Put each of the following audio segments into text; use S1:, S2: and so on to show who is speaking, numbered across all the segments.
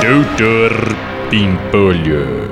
S1: Doutor Pimpolho.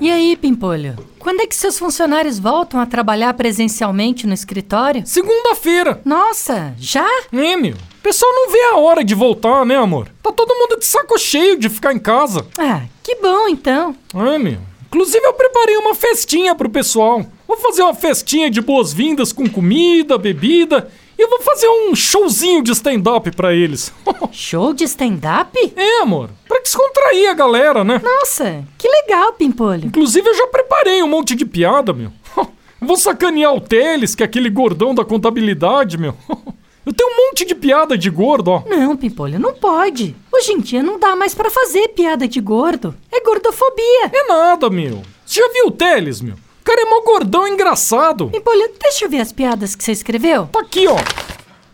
S2: E aí, Pimpolho? Quando é que seus funcionários voltam a trabalhar presencialmente no escritório?
S3: Segunda-feira.
S2: Nossa, já?
S3: É, meu. O pessoal não vê a hora de voltar, né, amor? Tá todo mundo de saco cheio de ficar em casa.
S2: Ah, que bom então.
S3: É, meu. Inclusive, eu preparei uma festinha pro pessoal. Vou fazer uma festinha de boas-vindas com comida, bebida. E eu vou fazer um showzinho de stand-up pra eles.
S2: Show de stand-up?
S3: é, amor. Pra descontrair a galera, né?
S2: Nossa, que legal, Pimpolho.
S3: Inclusive, eu já preparei um monte de piada, meu. Vou sacanear o Teles, que é aquele gordão da contabilidade, meu. Eu tenho um monte de piada de gordo, ó.
S2: Não, Pimpolho, não pode. Hoje em dia não dá mais pra fazer piada de gordo. É gordofobia.
S3: É nada, meu. Você já viu o Teles, meu? O cara é mó gordão engraçado.
S2: Pimpolho, deixa eu ver as piadas que você escreveu.
S3: Tá aqui, ó.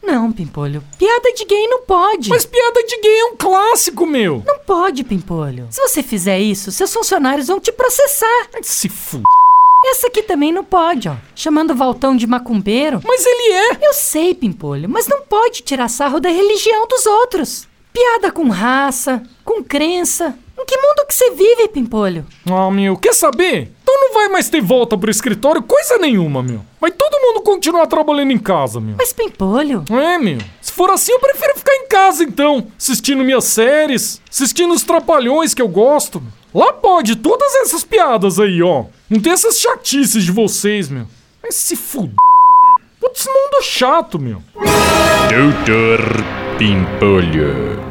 S2: Não, Pimpolho, piada de gay não pode.
S3: Mas piada de gay é um clássico, meu.
S2: Não pode, Pimpolho. Se você fizer isso, seus funcionários vão te processar.
S3: Ai, se f...
S2: Essa aqui também não pode, ó. Chamando o Valtão de macumbeiro.
S3: Mas ele é.
S2: Eu sei, Pimpolho, mas não pode tirar sarro da religião dos outros. Piada com raça, com crença. Em que mundo que você vive, Pimpolho?
S3: Ah, meu, quer saber? Então não vai mais ter volta pro escritório coisa nenhuma, meu. Vai todo mundo continuar trabalhando em casa, meu.
S2: Mas, Pimpolho,
S3: É, meu. Se for assim, eu prefiro ficar em casa, então. Assistindo minhas séries, assistindo os trapalhões que eu gosto. Lá pode, todas essas piadas aí, ó. Não tem essas chatices de vocês, meu. Mas se fuder. Putz, mundo chato, meu.
S1: Doutor Pimpolho.